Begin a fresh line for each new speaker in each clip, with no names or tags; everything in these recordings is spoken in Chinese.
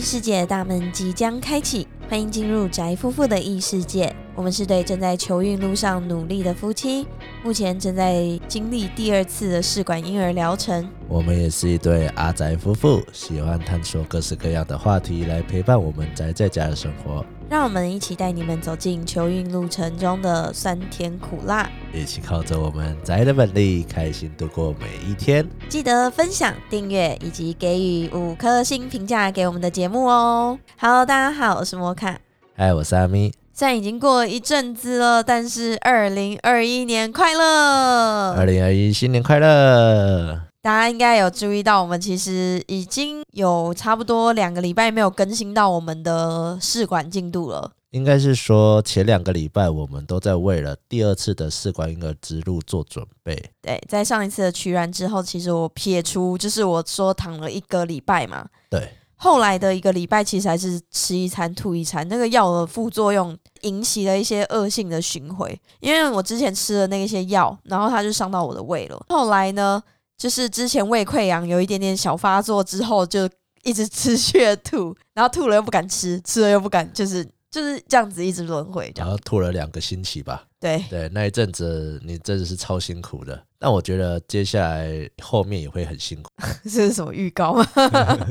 世界的大门即将开启，欢迎进入宅夫妇的异世界。我们是对正在求孕路上努力的夫妻，目前正在经历第二次的试管婴儿疗程。
我们也是一对阿宅夫妇，喜欢探索各式各样的话题，来陪伴我们宅在家的生活，
让我们一起带你们走进求孕路程中的酸甜苦辣。
一起靠着我们宅的本领，开心度过每一天。
记得分享、订阅以及给予五颗星评价给我们的节目哦。Hello，大家好，我是摩卡。
嗨，哎我是阿咪。
虽然已经过了一阵子了，但是二零二一年快乐！
二零二一新年快乐！
大家应该有注意到，我们其实已经有差不多两个礼拜没有更新到我们的试管进度了。
应该是说前两个礼拜我们都在为了第二次的试管婴儿之路做准备。
对，在上一次的取卵之后，其实我撇出就是我说躺了一个礼拜嘛，
对，
后来的一个礼拜其实还是吃一餐吐一餐，那个药的副作用引起了一些恶性的循环，因为我之前吃了那些药，然后它就伤到我的胃了。后来呢，就是之前胃溃疡有一点点小发作之后，就一直持续地吐，然后吐了又不敢吃，吃了又不敢，就是就是这样子一直轮回这
然
样。
后吐了两个星期吧。
对，
对，那一阵子你真的是超辛苦的，但我觉得接下来后面也会很辛苦。
这是什么预告吗？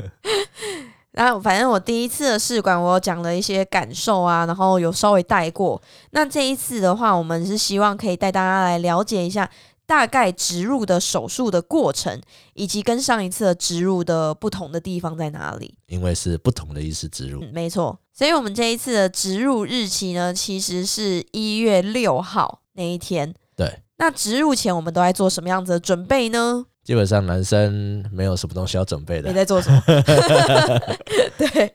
然后反正我第一次的试管，我有讲了一些感受啊，然后有稍微带过。那这一次的话，我们是希望可以带大家来了解一下大概植入的手术的过程，以及跟上一次的植入的不同的地方在哪里。
因为是不同的意识植入
嗯，没错。所以我们这一次的植入日期呢，其实是一月六号那一天。
对。
那植入前我们都在做什么样子的准备呢？
基本上男生没有什么东西要准备
你
的，
在做什么？ 对，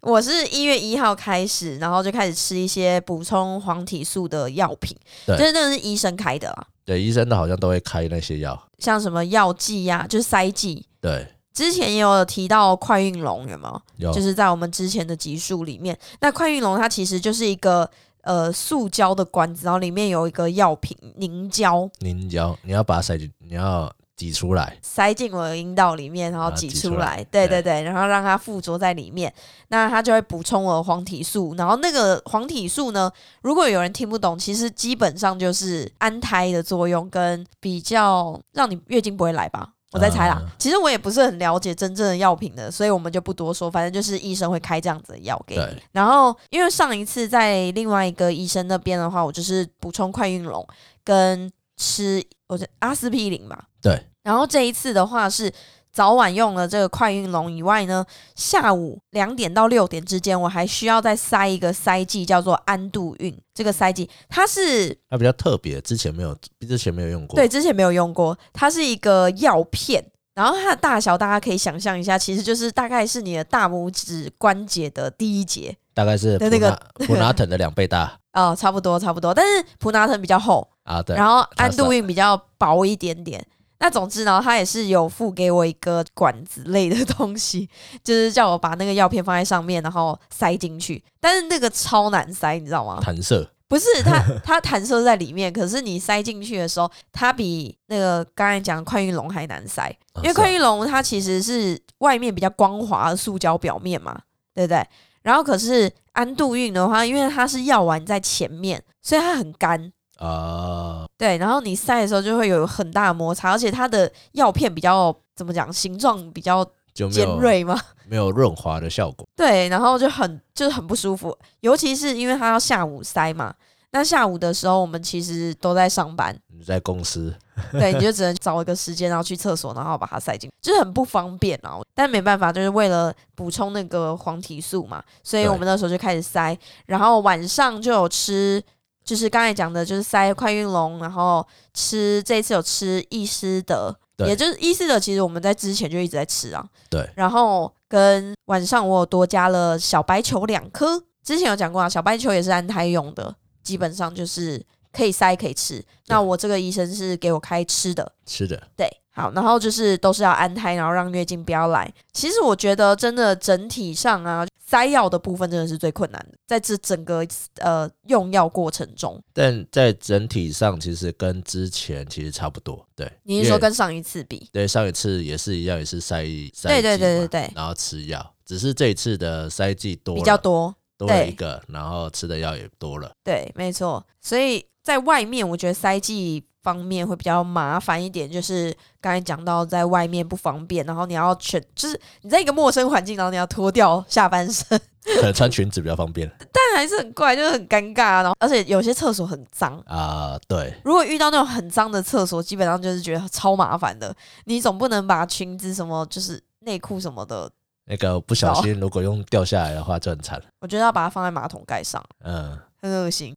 我是一月一号开始，然后就开始吃一些补充黄体素的药品，
对
就是那是医生开的啊，
对，医生的好像都会开那些药，
像什么药剂呀、就是塞剂。
对，
之前也有提到快运龙，有没有？
有，
就是在我们之前的集数里面，那快运龙它其实就是一个呃塑胶的管子，然后里面有一个药品凝胶
凝胶，你要把它塞进，你要挤出来，
塞进我的阴道里面，然后
然后
挤
挤
出
出
来，
来
对对
对
对，然后让它附着在里面，那它就会补充我的黄体素。然后那个黄体素呢，如果有人听不懂，其实基本上就是安胎的作用，跟比较让你月经不会来吧。我在猜啦，
嗯
其实我也不是很了解真正的药品的，所以我们就不多说。反正就是医生会开这样子的药给你
对。
然后因为上一次在另外一个医生那边的话，我就是补充快运龙跟吃我这阿司匹林嘛，
对，
然后这一次的话是早晚用了这个快运龙以外呢，下午两点到六点之间，我还需要再塞一个塞剂，叫做安度孕。这个塞剂它是
它比较特别，之前没有，之前没有用过，
对之前没有用过，它是一个药片。然后它的大小，大家可以想象一下，其实就是大概是你的大拇指关节的第一节
大概是
对
普
那个
拿普拿疼的两倍大
哦、差不多差不多。但是普拿疼比较厚，
啊，对，
然后
它
安
是
度运比较薄一点点。那总之呢，他也是有付给我一个管子类的东西， 就是叫我把那个药片放在上面，然后塞进去。但是那个超难塞，你知道吗？
弹射，
不是 它，它弹射在里面，可是你塞进去的时候，它比那个刚才讲的快运龙还难塞，
啊
因为
是啊
快运龙它其实是外面比较光滑的塑胶表面嘛，对不对？然后可是安度运的话，因为它是药丸在前面，所以它很干，
啊，
对，然后你塞的时候就会有很大的摩擦，而且它的药片比较怎么讲，形状比较
就没
尖
有
锐嘛，
没有润滑的效果，
对，然后就很就是很不舒服，尤其是因为它要下午塞嘛。那下午的时候，我们其实都在上班，
你在公司
对，你就只能找一个时间，然后去厕所，然后把它塞进，就是很不方便啊。但没办法，就是为了补充那个黄体素嘛，所以
对
我们那时候就开始塞，然后晚上就有吃，就是刚才讲的，就是塞快运龙，然后吃这一次有吃益诗德，
对
也就是益诗德，其实我们在之前就一直在吃啊。
对，
然后跟晚上我有多加了小白球两颗，之前有讲过啊，小白球也是安胎用的，基本上就是可以塞可以吃。那我这个医生是给我开吃的，
吃的，
对，好，然后就是都是要安胎，然后让月经不要来。其实我觉得真的整体上啊，塞药的部分真的是最困难的，在这整个呃用药过程中，
但在整体上其实跟之前其实差不多，对，
你是
因
说
为
跟上一次比？
对，上一次也是一样，也是塞塞
对对
剂嘛
对对对
然后吃药，只是这一次的塞剂多
比较
了
多。
多了
对
一个，然后吃的药也多了。
对，没错。所以在外面，我觉得塞剂方面会比较麻烦一点，就是刚才讲到在外面不方便，然后你要全就是你在一个陌生环境，然后你要脱掉下半身，
可能穿裙子比较方便
但 还是很怪，就是很尴尬。然后而且有些厕所很脏。
啊、对，
如果遇到那种很脏的厕所，基本上就是觉得超麻烦的。你总不能把裙子什么，就是内裤什么的，
那个不小心如果用掉下来的话就很惨。
我觉得要把它放在马桶盖上。
嗯，
很恶心。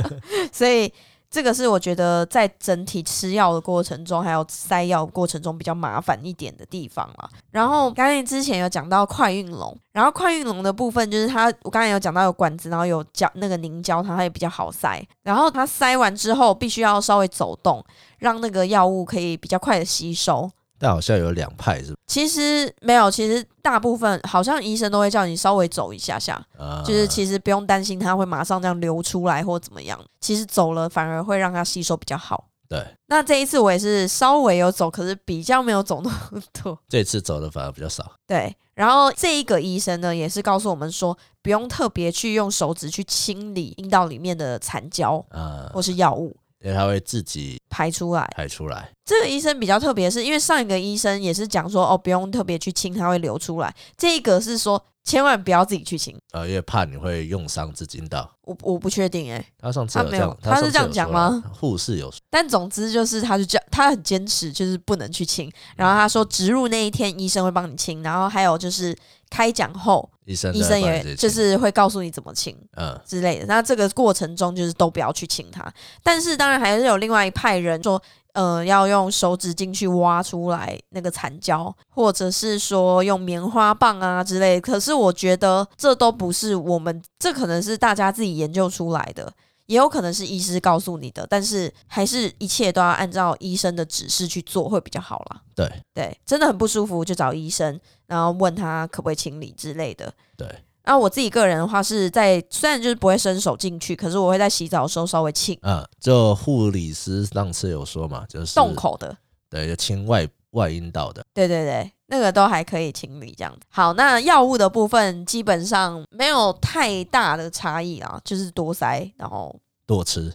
所以这个是我觉得在整体吃药的过程中，还有塞药的过程中比较麻烦一点的地方啦。然后刚才之前有讲到快运龙，然后快运龙的部分就是它，我刚才有讲到有管子，然后有胶那个凝胶，它也比较好塞。然后它塞完之后，必须要稍微走动，让那个药物可以比较快的吸收。
但好像有两派是吧
其实没有，其实大部分好像医生都会叫你稍微走一下下，
啊，
就是其实不用担心它会马上这样流出来或怎么样，其实走了反而会让它吸收比较好。
对，
那这一次我也是稍微有走，可是比较没有走那么多。
这次走的反而比较少。
对，然后这一个医生呢，也是告诉我们说，不用特别去用手指去清理阴道里面的残胶
啊、
或是药物
因为它会自己
排出来。
排出来。
这个医生比较特别是，因为上一个医生也是讲说，哦，不用特别去清，它会流出来。这一个是说，千万不要自己去清。
呃，因为怕你会用伤自己阴道。
我我不确定诶、欸
他上次
他
有
没
这
有
样，
他是
上次
这样
有
讲
说啦
吗？
护士有说，
但总之就是，他就叫他很坚持，就是不能去清。然后他说，植入那一天医生会帮你清，然后还有就是开讲后，
医生
医
在
生
帮你
也
自己
就
清
是会告诉你怎么清
嗯
之类的。那这个过程中就是都不要去清它。但是当然还是有另外一派人说，呃，要用手指进去挖出来那个残胶，或者是说用棉花棒啊之类的。可是我觉得这都不是我们，这可能是大家自己研究出来的。也有可能是医师告诉你的，但是还是一切都要按照医生的指示去做会比较好啦。
对
对，真的很不舒服就找医生，然后问他可不可以清理之类的。
对，
那我自己个人的话是在，虽然就是不会伸手进去，可是我会在洗澡的时候稍微清
嗯，就护理师上次有说嘛，就是
洞口的，
对，就清外外阴道的，
对对对，那个都还可以清理这样子。好，那药物的部分基本上没有太大的差异啦，就是多塞，然 后
多吃。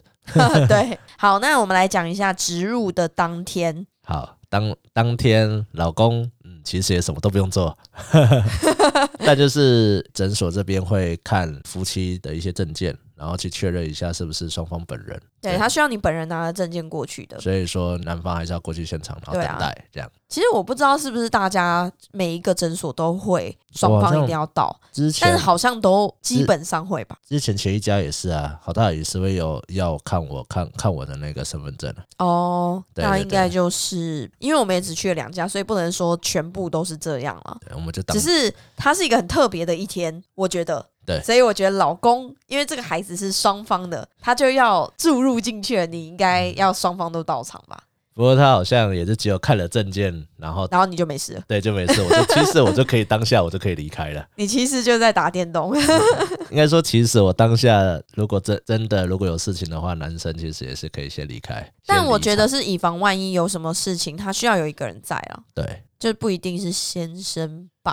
对。好，那我们来讲一下植入的当天，
好，当当天老公，嗯，其实也什么都不 用做， 那就是诊所这边会看夫妻的一些证件，然后去确认一下是不是双方本人。
对他需要你本人拿着证件过去的。
所以说男方还是要过去现场，然后
对
等
啊
待、这样。
其实我不知道是不是大家每一个诊所都会，双
我好
方一
像
定要到，
之
但
前
是好像都基
是
本上会吧。
之前前一家也是啊，好大也是会有要看我看看我的那个身份证啊
哦，
对
那
对
应该
对
就是因为我们也只去了两家，所以不能说全部都是这样了。
对我们就当
只是它是一个很特别的一天，我觉得。
对
所以我觉得老公，因为这个孩子是双方的，他就要注入进去了，你应该
嗯
要双方都到场吧，
不过他好像也是只有看了证件，然后
然后你就没事了，
对就没事，我就其实我就可以当下我就可以离开了。
你其实就在打电动。
应该说，其实我当下如果真真的如果有事情的话，男生其实也是可以先离开。
但
先
我
离
觉得
场
是以防万一有什么事情，他需要有一个人在啊，
对，
就不一定是先生吧，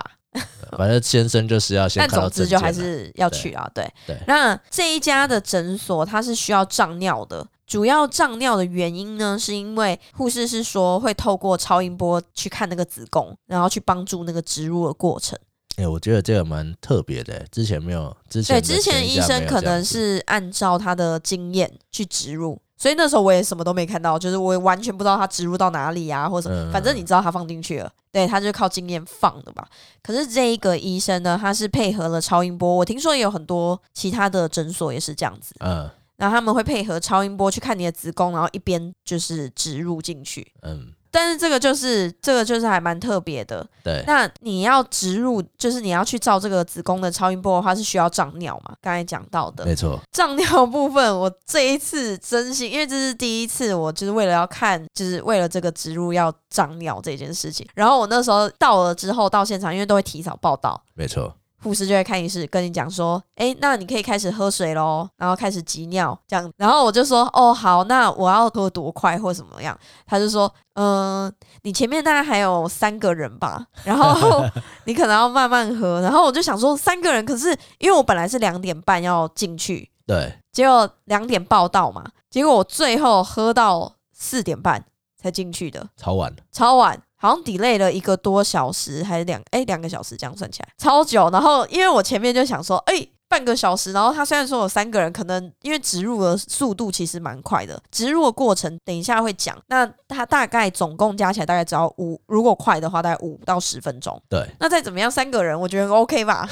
反正先生就是要先
但
看到
总
证
之
件
就
啊，
还是要去啊。对，
对
那这一家的诊所它是需要胀尿的，主要胀尿的原因呢，是因为护士是说会透过超音波去看那个子宫，然后去帮助那个植入的过程。
哎、我觉得这个蛮特别的，之前没有，之前
对，
的
之前
前一
医
家没
生
有
可
这样
能
子
是按照他的经验去植入。所以那时候我也什么都没看到，就是我也完全不知道他植入到哪里啊，或者什么，
嗯
反正你知道他放进去了，对，他就是靠经验放的吧。可是这一个医生呢，他是配合了超音波，我听说也有很多其他的诊所也是这样子，
嗯
然后他们会配合超音波去看你的子宫，然后一边就是植入进去。
嗯
但是这个就是这个就是还蛮特别的。
对
那你要植入，就是你要去照这个子宫的超音波的话，是需要胀尿嘛？刚才讲到的
没错，
胀尿部分，我这一次真心，因为这是第一次，我就是为了要看，就是为了这个植入要胀尿这件事情。然后我那时候到了之后到现场，因为都会提早报道，
没错，
护士就会看医师，跟你讲说，诶，那你可以开始喝水喽，然后开始急尿这样。然后我就说，哦，好，那我要喝多快或怎么样？他就说，嗯、你前面大概还有三个人吧，然后你可能要慢慢喝。然后我就想说，三个人，可是因为我本来是两点半要进去，
对，
结果两点报到嘛，结果我最后喝到四点半才进去的。
超晚。
超晚，好像 delay 了一个多小时，还是两哎两个小时，这样算起来超久。然后因为我前面就想说，哎、半个小时，然后他虽然说有三个人，可能因为植入的速度其实蛮快的，植入的过程等一下会讲。那他大概总共加起来大概只要五，如果快的话大概五到十分钟。
对，
那再怎么样，三个人我觉得很 OK 吧？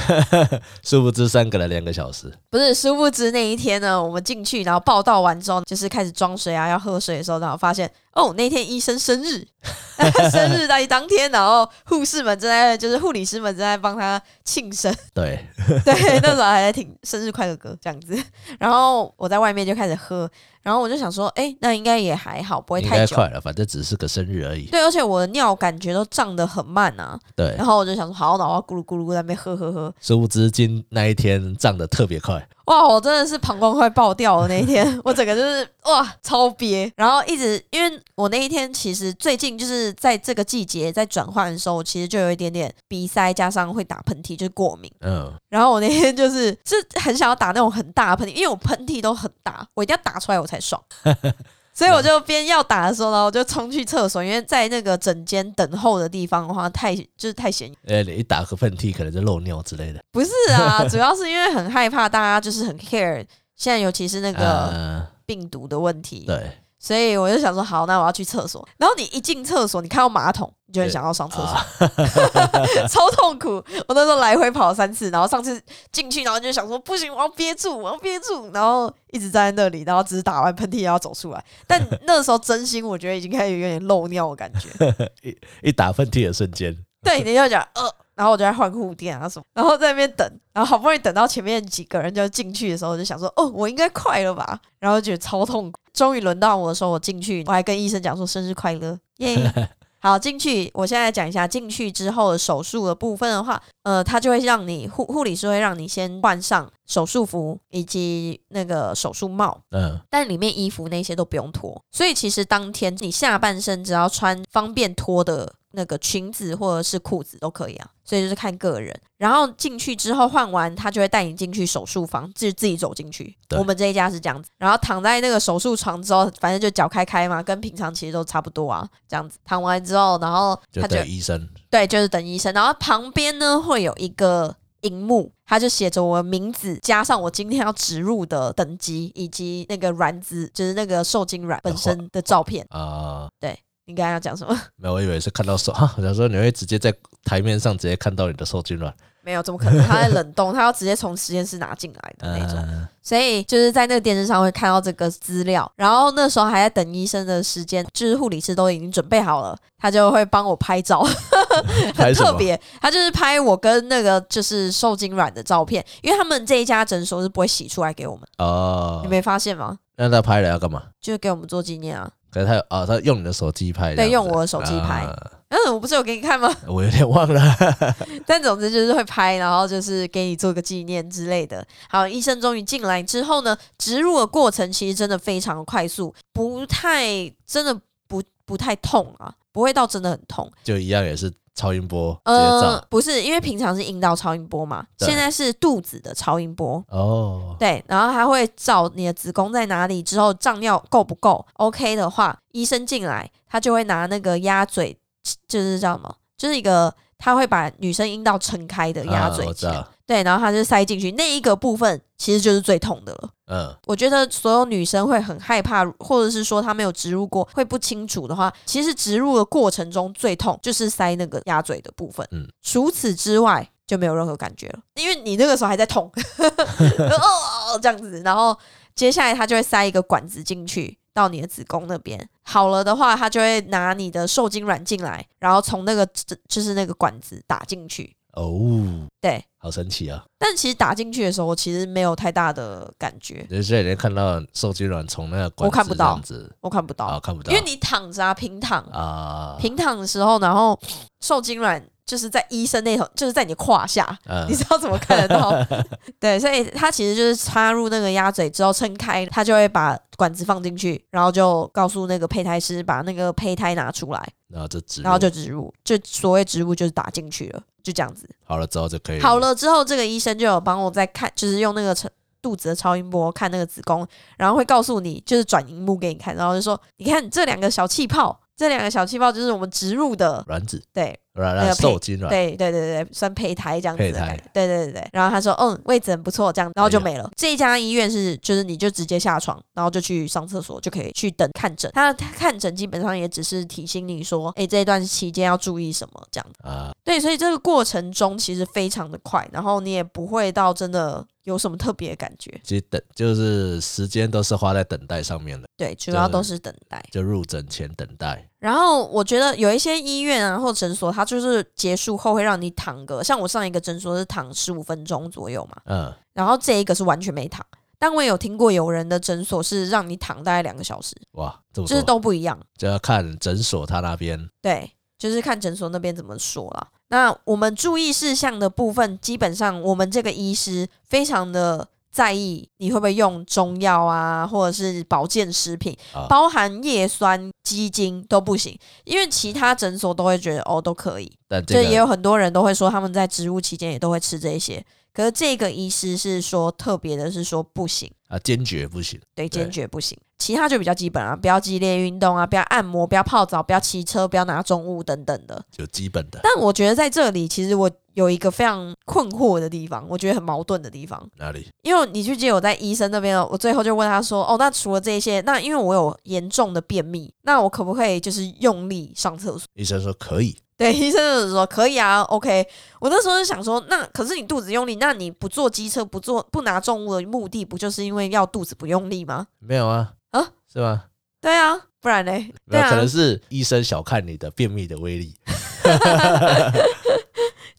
殊不知三个人两个小时，
不是，殊不知那一天呢，我们进去，然后报道完之后，就是开始装水啊，要喝水的时候，然后发现哦，那天医生生 日，生日在当天，然后护士们正在，就是护理师们正在帮他庆 生，
对，
对，那时候还在听生日快乐歌这样子。然后我在外面就开始喝，然后我就想说，哎，那应该也还好，不会
应
太
该
久。
快了，反正只是个生日而已。
对，而且我的尿感觉都胀得很慢啊，
对
然，后我就想说，好，那我要咕噜咕噜在那边喝喝喝，
殊不知今那一天涨得特别快，
哇，我真的是膀胱快爆掉了那一天，我整个就是哇超憋，然后一直因为我那一天其实最近就是在这个季节在转换的时候，我其实就有一点点鼻塞，加上会打喷嚏，就是过敏。
嗯，
然后我那天就是是很想要打那种很大的喷嚏，因为我喷嚏都很大，我一定要打出来我才爽。所以我就边要打的时候呢，我就冲去厕所，因为在那个枕间等候的地方的话，太就是太显
呃，你一打个喷嚏，可能就漏尿之类的。
不是啊，主要是因为很害怕大家就是很 care，现在尤其是那个
嗯，
病毒的问题，
对，
所以我就想说，好，那我要去厕所。然后你一进厕所，你看到马桶，你就很想要上厕所，
啊，
超痛苦。我那时候来回跑了三次，然后上次进去，然后就想说不行，我要憋住，我要憋住，然后一直站在那里，然后只是打完喷嚏要走出来。但那时候真心我觉得已经开始有点漏尿的感觉，
一打喷嚏的瞬间，
对，你就讲呃。然后我就在换护垫啊什么，然后在那边等，然后好不容易等到前面几个人就进去的时候，我就想说，哦，我应该快了吧，然后觉得超痛苦。终于轮到我的时候，我进去，我还跟医生讲说生日快乐，耶、好，进去，我现在讲一下进去之后的手术的部分的话，呃，他就会让你护护理师会让你先换上手术服以及那个手术帽，
嗯，
但里面衣服那些都不用脱，所以其实当天你下半身只要穿方便脱的那个裙子或者是裤子都可以啊，所以就是看个人。然后进去之后换完，他就会带你进去手术房，自自己走进去。
对
我们这一家是这样子，然后躺在那个手术床之后，反正就脚开开嘛，跟平常其实都差不多啊，这样子躺完之后，然后
就
他就
对医生，
对，就是等医生。然后旁边呢会有一个荧幕，它就写着我的名字，加上我今天要植入的等级，以及那个卵子，就是那个受精卵本身的照片。
啊，
你刚刚要讲什么？
没有，我以为是看到手， 哈，我想说你会直接在台面上直接看到你的受精卵，
没有，怎么可能？它在 冷冻，它要直接从实验室拿进来的那种。
嗯，
所以就是在那个电视上会看到这个资料，然后那时候还在等医生的时间，就是护理师都已经准备好了，他就会帮我拍照，
拍
很
什
特
么？
别。他就是拍我跟那个就是受精卵的照片，因为他们这一家诊所是不会洗出来给我们，你
哦，
没发现吗？
那他拍了要干嘛？
就是给我们做纪念啊。
可是他有啊，他用你的手机拍这样子，
对用我的手机拍
啊
嗯，我不是有给你看吗？
我有点忘了。
但总之就是会拍，然后就是给你做个纪念之类的。好，医生终于进来之后呢，植入的过程其实真的非常快速，不太真的不不太痛啊，不会到真的很痛。
就一样也是超音波直接
呃
照。，
不是，因为平常是阴道超音波嘛，
对
现在是肚子的超音波。
哦，
对，然后他会照你的子宫在哪里，之后胀尿够不够，OK 的话，医生进来，他就会拿那个鸭嘴，就是叫什么，就是一个他会把女生阴道撑开的鸭
啊
嘴
我知
钳，
道，
对，然后他就塞进去那一个部分，其实就是最痛的了。
嗯，
我觉得所有女生会很害怕，或者是说她没有植入过，会不清楚的话，其实植入的过程中最痛就是塞那个鸭嘴的部分。
嗯
除此之外就没有任何感觉了，因为你那个时候还在痛，哦哦这样子，然后接下来他就会塞一个管子进去到你的子宫那边。好了的话，他就会拿你的受精卵进来，然后从那个就是那个管子打进去。
哦，
对，
好神奇啊！
但其实打进去的时候，我其实没有太大的感觉，
有些人看到受精卵从那个管
我看不
子这样
到
子哦
我看不到。
啊，看不到，
因为你躺着啊，平躺，
啊，
平躺的时候，然后受精卵就是在医生那头，就是在你胯下，
嗯
你，知道怎么看得 到？对，所以它其实就是插入那个鸭嘴之后撑开，它就会把管子放进去，然后就告诉那个胚胎师把那个胚胎拿出来，
然后就植入，
然后就植入，就所谓植入就是打进去了，就这样子。
好了之后就可以
好，了之后，这个医生就有帮我在看，就是用那个超肚子的超音波看那个子宫，然后会告诉你，就是转荧幕给你看，然后就说，你看这两个小气泡，这两个小气泡就是我们植入的，
卵子
对
卵
那
卵
个
受精
呃
卵，
对对对对，算胚胎这样子的
胚胎
感觉，对对对对。然后他说，嗯，位置很不错，这样，然后就
哎呀
没了。这一家医院是，就是你就直接下床，然后就去上厕所，就可以去等看诊。他的看诊基本上也只是提醒你说，哎，这一段期间要注意什么这样。
啊，
对，所以这个过程中其实非常的快，然后你也不会到真的有什么特别的感觉。
其实等就是时间都是花在等待上面的，
对，主要都是等待。
就入诊前等待，
然后我觉得有一些医院啊或诊所，它就是结束后会让你躺个，像我上一个诊所是躺十五分钟左右嘛，
嗯，
然后这一个是完全没躺。但我也有听过有人的诊所是让你躺大概两个小时，
哇，这么
就是
多，
都不一样。
就要看诊所他那边，
对，就是看诊所那边怎么说啦。那我们注意事项的部分，基本上我们这个医师非常的在意你会不会用中药啊，或者是保健食品，
啊
包含叶酸、鸡精都不行，因为其他诊所都会觉得哦都可以，
但
就
这
也
个
有很多人都会说他们在植物期间也都会吃这一些，可是这个医师是说特别的是说不行。
啊坚决不行，
对，
对
坚决不行。其他就比较基本啊，不要激烈运动啊，不要按摩，不要泡澡，不要骑车，不要拿重物等等的。
就基本的
但我觉得在这里，其实我有一个非常困惑的地方，我觉得很矛盾的地方。
哪里
因为你去接我在医生那边哦，我最后就问他说：“哦，那除了这些，那因为我有严重的便秘，那我可不可以就是用力上厕所
医生说可以，？”
对，医生就说：“可以啊，OK。”我那时候就想说：“那可是你肚子用力，那你不坐机车，不坐不拿重物的目的，不就是因为要肚子不用力吗
没有啊，
啊，
是吗？？”
对啊，不然嘞？对
没有，
啊，
可能是医生小看你的便秘的威力。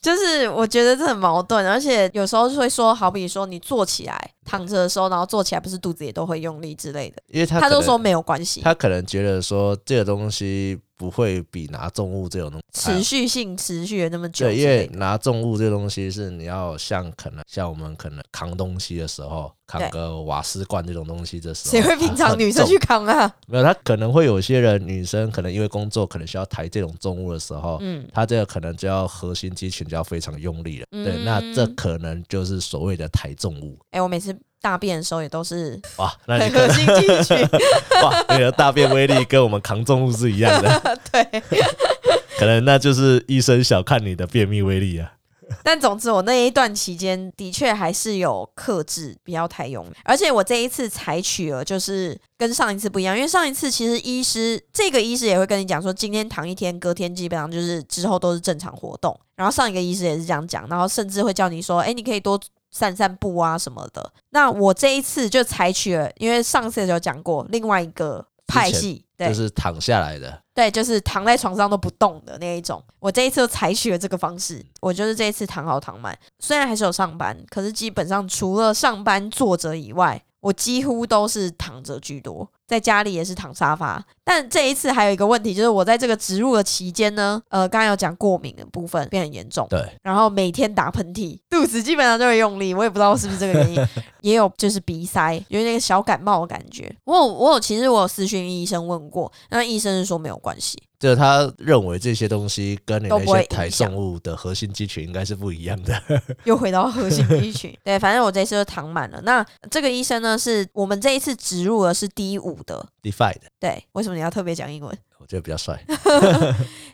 就是我觉得这很矛盾，而且有时候就会说，好比说你坐起来躺着的时候，然后坐起来不是肚子也都会用力之类的，
因为他
他
可
都
能
说没有关系，
他可能觉得说这个东西不会比拿重物这种东西
持续性持续了那么久之
对，因为
类的，
拿重物这个东西是你要像可能像我们可能扛东西的时候，扛
对
个瓦斯罐这种东西的时候，
谁会平常女生去
它很重
扛啊？
没有？他可能会有些人女生可能因为工作可能需要抬这种重物的时候，
嗯，
她这个可能就要核心肌群就要非常用力了。对，
嗯
那这可能就是所谓的抬重物。
哎、我每次大便的时候也都是
哇，那
很
你可
核
能
心进去，
哇，你的大便威力跟我们扛重物是一 样的，
对。
可能那就是医生小看你的便秘威力啊。
但总之，我那一段期间的确还是有克制，不要太用力。而且我这一次采取了，就是跟上一次不一样，因为上一次其实医师这个医师也会跟你讲说，今天躺一天，隔天基本上就是之后都是正常活动。然后上一个医师也是这样讲，然后甚至会叫你说，哎，你可以多。散散步啊什么的。那我这一次就采取了，因为上次有讲过另外一个派系，对、
就是躺下来的，
对，就是躺在床上都不动的那一种。我这一次就采取了这个方式，我就是这一次躺好躺满，虽然还是有上班，可是基本上除了上班坐着以外，我几乎都是躺着居多，在家里也是躺沙发。但这一次还有一个问题，就是我在这个植入的期间呢，呃，刚刚有讲过敏的部分变很严重，
对，
然后每天打喷嚏，肚子基本上就会用力，我也不知道是不是这个原因，也有就是鼻塞，有那个小感冒的感觉。我有我有其实我有私讯医生问过，那医生是说没有关系，
就是他认为这些东西跟你
都
那
不会
些
影
抬
响
重物的核心肌群应该是不一样的。
又回到核心肌群。对，反正我这一次就躺满了。那这个医生呢，是我们这一次植入的是 D 五的，
Defied，
对，为什么你要特别讲英文
我觉得比较帅，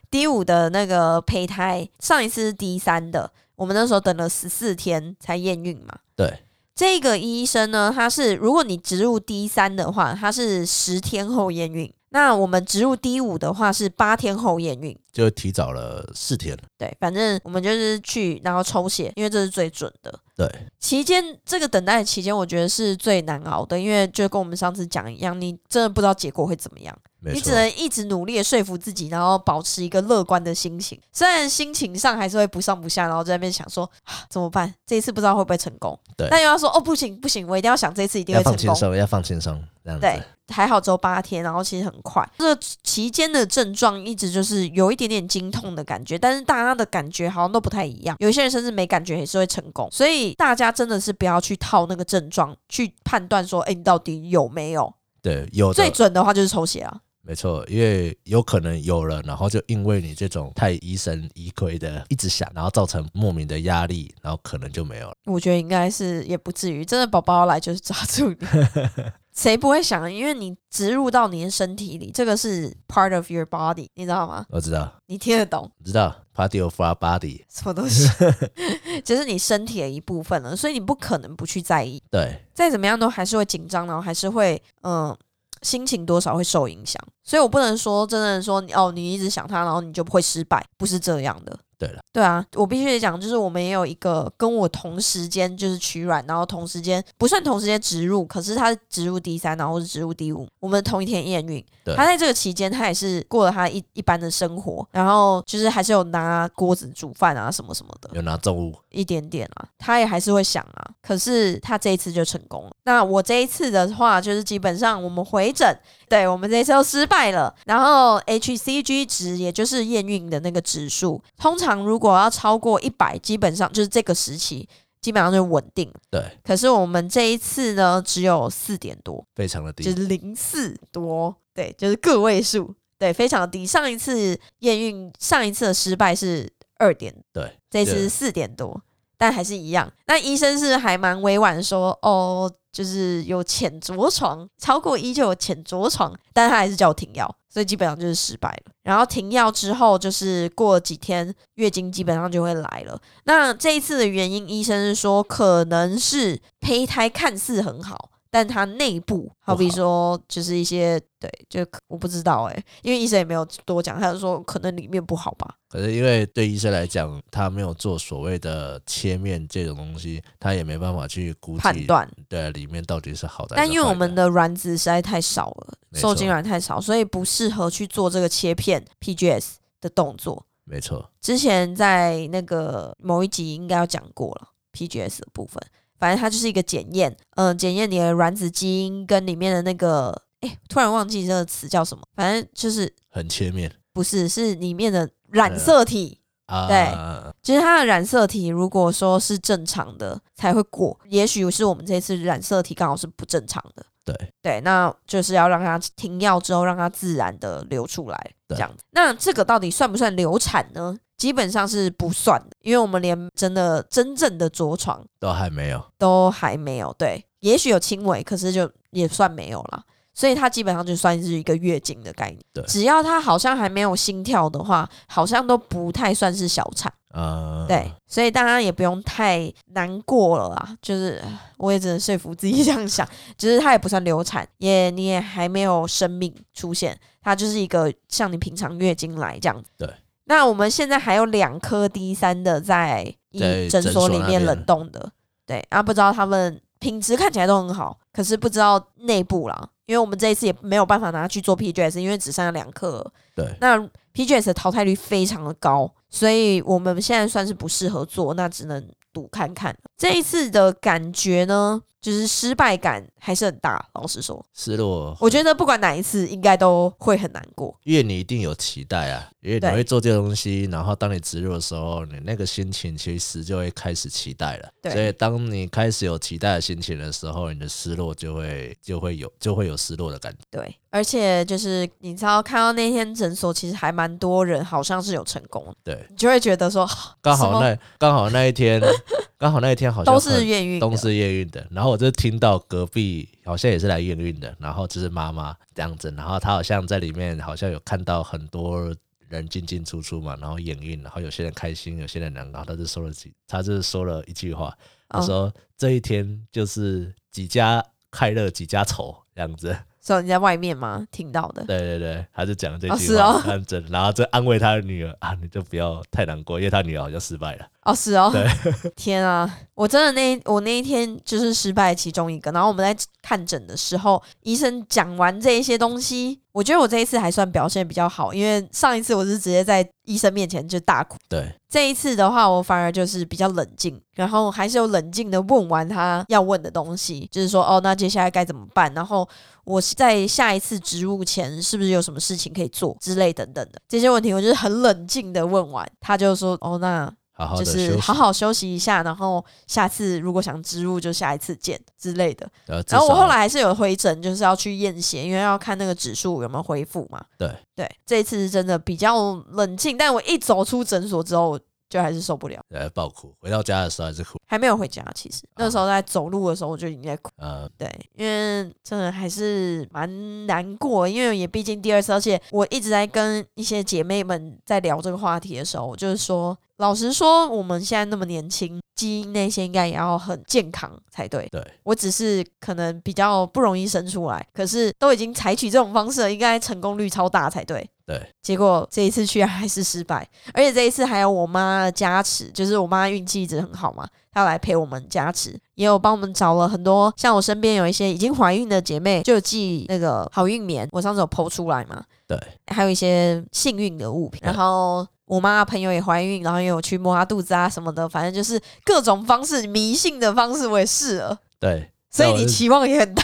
？D 五的那个胚胎，上一次是 D 三的，我们那时候等了十四天才验孕嘛。
对，
这个医生呢，他是如果你植入 D 三的话，他是十天后验孕；那我们植入 D 五的话是八天后验孕。
就提早了四天。
对，反正我们就是去然后抽血，因为这是最准的。
对，
期间这个等待的期间，我觉得是最难熬的，因为就跟我们上次讲一样，你真的不知道结果会怎么样。
没
你只
错，
能一直努力的说服自己，然后保持一个乐观的心情。虽然心情上还是会不上不下，然后在那边想说啊怎么办，这一次不知道会不会成功。
对
但又要说哦不行不行，我一定要想这一次一定
要
会
放
成
轻
功。
松，要放轻松，这样子。
对，还好只有八天，然后其实很快。这个期间的症状一直就是有一点点经痛的感觉，但是大家的感觉好像都不太一样。有些人甚至没感觉也是会成功，所以大家真的是不要去套那个症状去判断说，哎，你到底有没有？
对，有
最
的
准的话就是抽血啊。
没错，因为有可能有了，然后就因为你这种太疑神疑鬼的，一直想，然后造成莫名的压力，然后可能就没有了。
我觉得应该是也不至于，真的宝宝来就是抓住你，谁不会想？因为你植入到你的身体里，这个是 part of your body，你知道吗？
我知道，
你听得懂
我知道，party of our body，
什么东西？就是你身体的一部分了，所以你不可能不去在意，
对，
再怎么样都还是会紧张，然后还是会嗯、呃心情多少会受影响。所以我不能说真的说你哦，你一直想他，然后你就不会失败，不是这样的。
对了，
对啊，我必须得讲，就是我们也有一个跟我同时间就是取卵，然后同时间不算同时间植入，可是他是植入第三，然后是植入第五，我们同一天验孕
对。
他在这个期间，他也是过了他一一般的生活，然后就是还是有拿锅子煮饭啊什么什么的，
有拿重物，
一点点啊，他也还是会想啊。可是他这一次就成功了。那我这一次的话，就是基本上我们回诊，对我们这一次又失败了。然后 hCG 值，也就是验孕的那个指数，通常如果要超过一百，基本上就是这个时期基本上就稳定。
对，
可是我们这一次呢，只有四点多，
非常的
就
低，
是零四多，对，就是个位数，对，非常低。上一次验孕，上一次的失败是二点，
对，
这次
对
是四点多，但还是一样。那医生是还蛮委婉地说，哦，就是有浅着床，超过一就有浅着床，但他还是叫我停药，所以基本上就是失败了。然后停药之后，就是过几天月经基本上就会来了。那这一次的原因，医生是说可能是胚胎看似很好，但它内部好比说就是一些对，就我不知道哎、因为医生也没有多讲，他就说可能里面不好吧。
可是因为对医生来讲，他没有做所谓的切面这种东西，他也没办法去估计
判断，
对里面到底是好的还是坏
但
的。
因为我们的卵子实在太少了，
没错
受精卵太少，所以不适合去做这个切片 PGS 的动作。
没错，
之前在那个某一集应该有讲过了 PGS 的部分，反正它就是一个检验，嗯、检验你的卵子基因跟里面的那个，哎，突然忘记这个词叫什么，反正就是
很切面
不是是里面的染色体。
啊，
对就是它的染色体，如果说是正常的才会过，也许是我们这次染色体刚好是不正常的。
对
对，那就是要让它停药之后，让它自然的流出来，这
对
样子。那这个到底算不算流产呢？基本上是不算的，因为我们连真的真正的着床
都还没有，
都还没有。对，也许有轻微，可是就也算没有啦。所以它基本上就算是一个月经的概念
对，
只要它好像还没有心跳的话，好像都不太算是小产。
啊，
对，所以大家也不用太难过了啦。就是唉我也只能说服自己这样想，就是它也不算流产，也你也还没有生命出现，它就是一个像你平常月经来这样子。
对。
那我们现在还有两颗 D 三的在
在
医诊
诊
所
所
里
那
面
边
冷冻的，对啊，不知道他们品质看起来都很好，可是不知道内部啦，因为我们这一次也没有办法拿去做 PGS，因为只剩下两颗了。
对
那 PGS 的淘汰率非常的高，所以我们现在算是不适合做，那只能赌看看。这一次的感觉呢，就是失败感还是很大。老实说，
失落，
我觉得不管哪一次，应该都会很难过。
因为你一定有期待啊，因为你
对
会做这个东西，然后当你植入的时候，你那个心情其实就会开始期待了。
对
所以当你开始有期待的心情的时候，你的失落就会就会有就会有失落的感觉。
对，而且就是你知道，看到那天诊所其实还蛮多人，好像是有成功的，
对，
你就会觉得说啊
刚
什
好
么
那刚好那 一天，刚好那一天好像
都
很
是验孕的
都，是验孕的。然后我就听到隔壁好像也是来验孕的，然后就是妈妈这样子，然后她好像在里面好像有看到很多人进进出出嘛，然后验孕，然后有些人开心，有些人难搞，她就说了几，她就是说了一句话，她
嗯
说、这一天就是几家快乐几家愁这样 子。
所以你在外面吗？听到的。
对对对，她就讲了这
哦
句
是
话，
哦
很真，然后就安慰她的女儿啊，你就不要太难过，因为她女儿好像失败了。
哦，是哦
对，
天啊！我真的那一我那一天就是失败其中一个。然后我们在看诊的时候，医生讲完这一些东西，我觉得我这一次还算表现比较好，因为上一次我是直接在医生面前就大哭，
对，
这一次的话我反而就是比较冷静，然后还是有冷静的问完他要问的东西，就是说哦，那接下来该怎么办？然后我是在下一次植入前是不是有什么事情可以做之类等等的这些问题，我就是很冷静的问完，他就说哦，那
好好
就
的
是
休息
好，好休息一下，然后下次如果想植入就下一次见之类的。
然后至
然后我
少
后来还是有回诊，就是要去验血，因为要看那个指数有没有恢复嘛。
对
对，这一次是真的比较冷静，但我一走出诊所之后，我就还是受不了，
呃爆哭，回到家的时候还是哭，
还没有回家。其实那时候在走路的时候，我就已经在哭。
呃，
对，因为真的还是蛮难过，因为也毕竟第二次，而且我一直在跟一些姐妹们在聊这个话题的时候，我就是说，老实说，我们现在那么年轻，基因那些应该也要很健康才对。
对，
我只是可能比较不容易生出来，可是都已经采取这种方式了，应该成功率超大才对。
对，
结果这一次居然还是失败，而且这一次还有我妈的加持，就是我妈运气一直很好嘛，她来陪我们加持，也有帮我们找了很多，像我身边有一些已经怀孕的姐妹，就有寄那个好运棉，我上次有剖出来嘛，
对，
还有一些幸运的物品，
对
然后。我妈朋友也怀孕，然后也有去摸她肚子啊什么的，反正就是各种方式，迷信的方式我也试了。
对，
所以
但我
你
是
期望也很 大，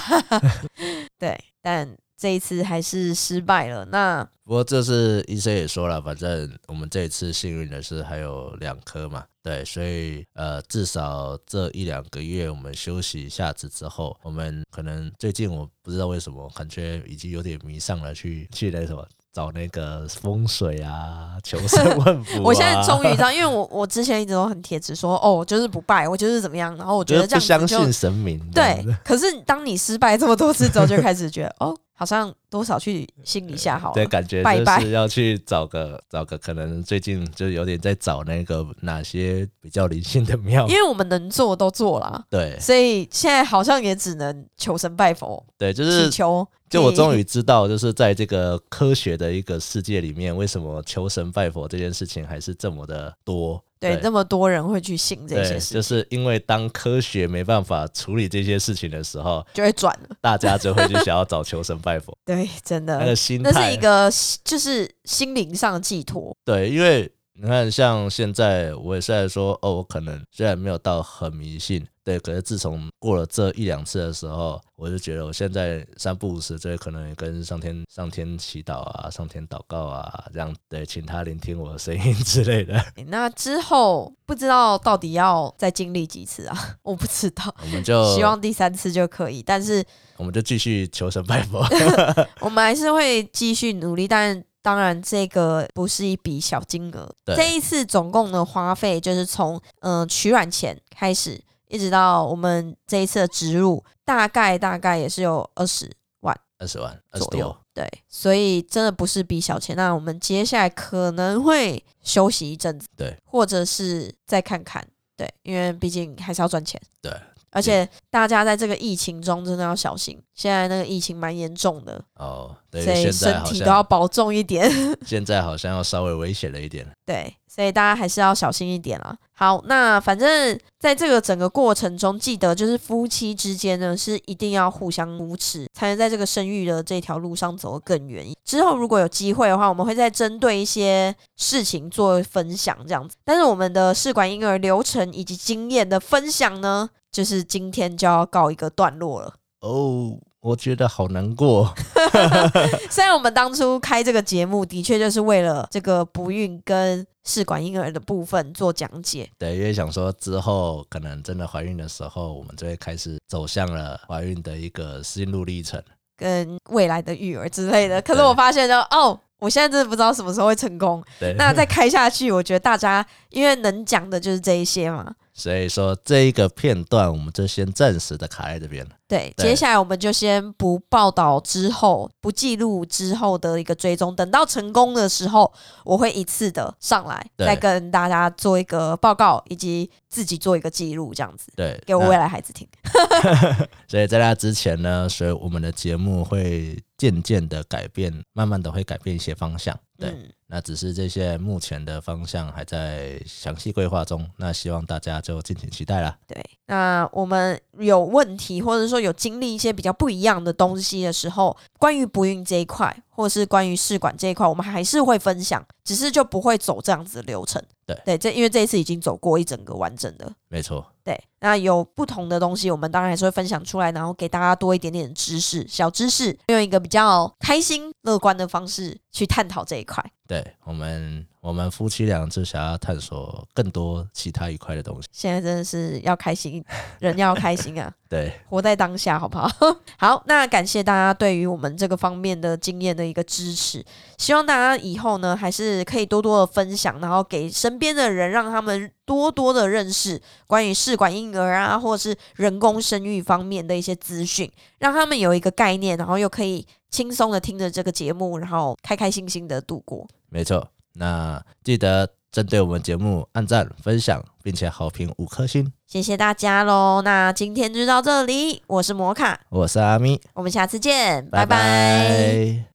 对，但这一次还是失败了。那。
不过这次医生也说了，反正我们这一次幸运的是还有两颗嘛，对，所以呃，至少这一两个月我们休息一下子之后，我们可能最近我不知道为什么，感觉已经有点迷上了去去那什么找那个风水啊、求生 问卜、啊
我现在终于知道，因为我我之前一直都很铁齿说，哦，我就是不拜，我就是怎么样，然后我觉
就
得
是
这
不
样子
相
就
信神明，
对。可是当你失败这么多次之后，就开始觉得哦，好像多少去心理下好
对，
了。
感觉
拜
就
拜
是要去找个找个，可能最近就有点在找那个哪些比较灵性的庙
因，为我们能做都做了，啊
对
所以现在好像也只能求神拜佛，
对，就是
祈求。
就我终
于
于知道，就是在这个科学的一个世界里面，为什么求神拜佛这件事情还是这么的多。
对那么多人会去信这些
对，
事，
就是因为当科学没办法处理这些事情的时候，
就会转了。
大家就会去想要找求神 拜佛，
对，真的，
那个心态。
呃那是一个就是心灵上的寄托，
对，因为你看，像现在我也是在说，哦，我可能虽然没有到很迷信，对，可是自从过了这一两次的时候，我就觉得我现在三不五时，就可能也跟上天、上天祈祷啊、上天祷告啊，这样对，请他聆听我的声音 之类的。
欸那之后不知道到底要再经历几次啊？ 我不知道，
我们就
希望第三次就可以，但是
我们就继续求神拜 佛。
我们还是会继续努力，但。当然，这个不是一笔小金额。
对
这一次总共的花费就是从嗯、呃取卵前开始，一直到我们这一次的植入，大概大概也是有二十
二十万，二十
左右
多，。
对，所以真的不是比小钱。那我们接下来可能会休息一阵子，
对，
或者是再看看，对，因为毕竟还是要赚钱，
对。
而且大家在这个疫情中真的要小心，现在那个疫情蛮严重的，
哦，对，
所以
现在
身
好
体都要
像
保重一点。
现在好像要稍微危险了一点。
对，所以大家还是要小心一点啦。好，那反正在这个整个过程中，记得就是夫妻之间呢是一定要互相扶持，才能在这个生育的这条路上走得更远。之后如果有机会的话，我们会再针对一些事情做分享这样子。但是我们的试管婴儿流程以及经验的分享呢，就是今天就要告一个段落了。
哦，我觉得好难过。
虽然我们当初开这个节目的确就是为了这个不孕跟试管婴儿的部分做讲解，
对，因为想说之后可能真的怀孕的时候，我们就会开始走向了怀孕的一个心路历程。
跟未来的育儿之类的。可是
嗯对
我发现呢，哦，我现在真的不知道什么时候会成功。
对，
那再开下去，我觉得大家因为能讲的就是这一些嘛。
所以说这一个片段，我们就先暂时的卡在这边了。
对，
对
接下来我们就先不报道之后，不记录之后的一个追踪，等到成功的时候，我会一次的上来，
对
再跟大家做一个报告，以及自己做一个记录，这样子
对，
给我
那
未来孩子听。
所以在那之前呢，所以我们的节目会渐渐的改变，慢慢的会改变一些方向。对，
嗯，
那只是这些目前的方向还在详细规划中，那希望大家就敬请期待啦。
对，那我们有问题，或者说有经历一些比较不一样的东西的时候，关于不孕这一块，或是关于试管这一块，我们还是会分享，只是就不会走这样子的流程。
对
对，这因为这一次已经走过一整个完整的。
没错，
对，那有不同的东西，我们当然还是会分享出来，然后给大家多一点点知识、小知识，用一个比较开心、乐观的方式去探讨这一块。
对我们我们夫妻俩就想要探索更多其他一块的东西。
现在真的是要开心，人要开心啊！
对，
活在当下，好不好？ 好，那感谢大家对于我们这个方面的经验的一个支持，希望大家以后呢还是可以多多的分享，然后给身边的人，让他们多多的认识关于试管婴儿啊，或者是人工生育方面的一些资讯，让他们有一个概念，然后又可以轻松的听着这个节目，然后开开心心的度过。
没错。那记得针对我们节目按赞、分享，并且好评五颗星。
谢谢大家喽，那今天就到这里，我是摩卡，
我是阿咪，
我们下次见，拜拜
拜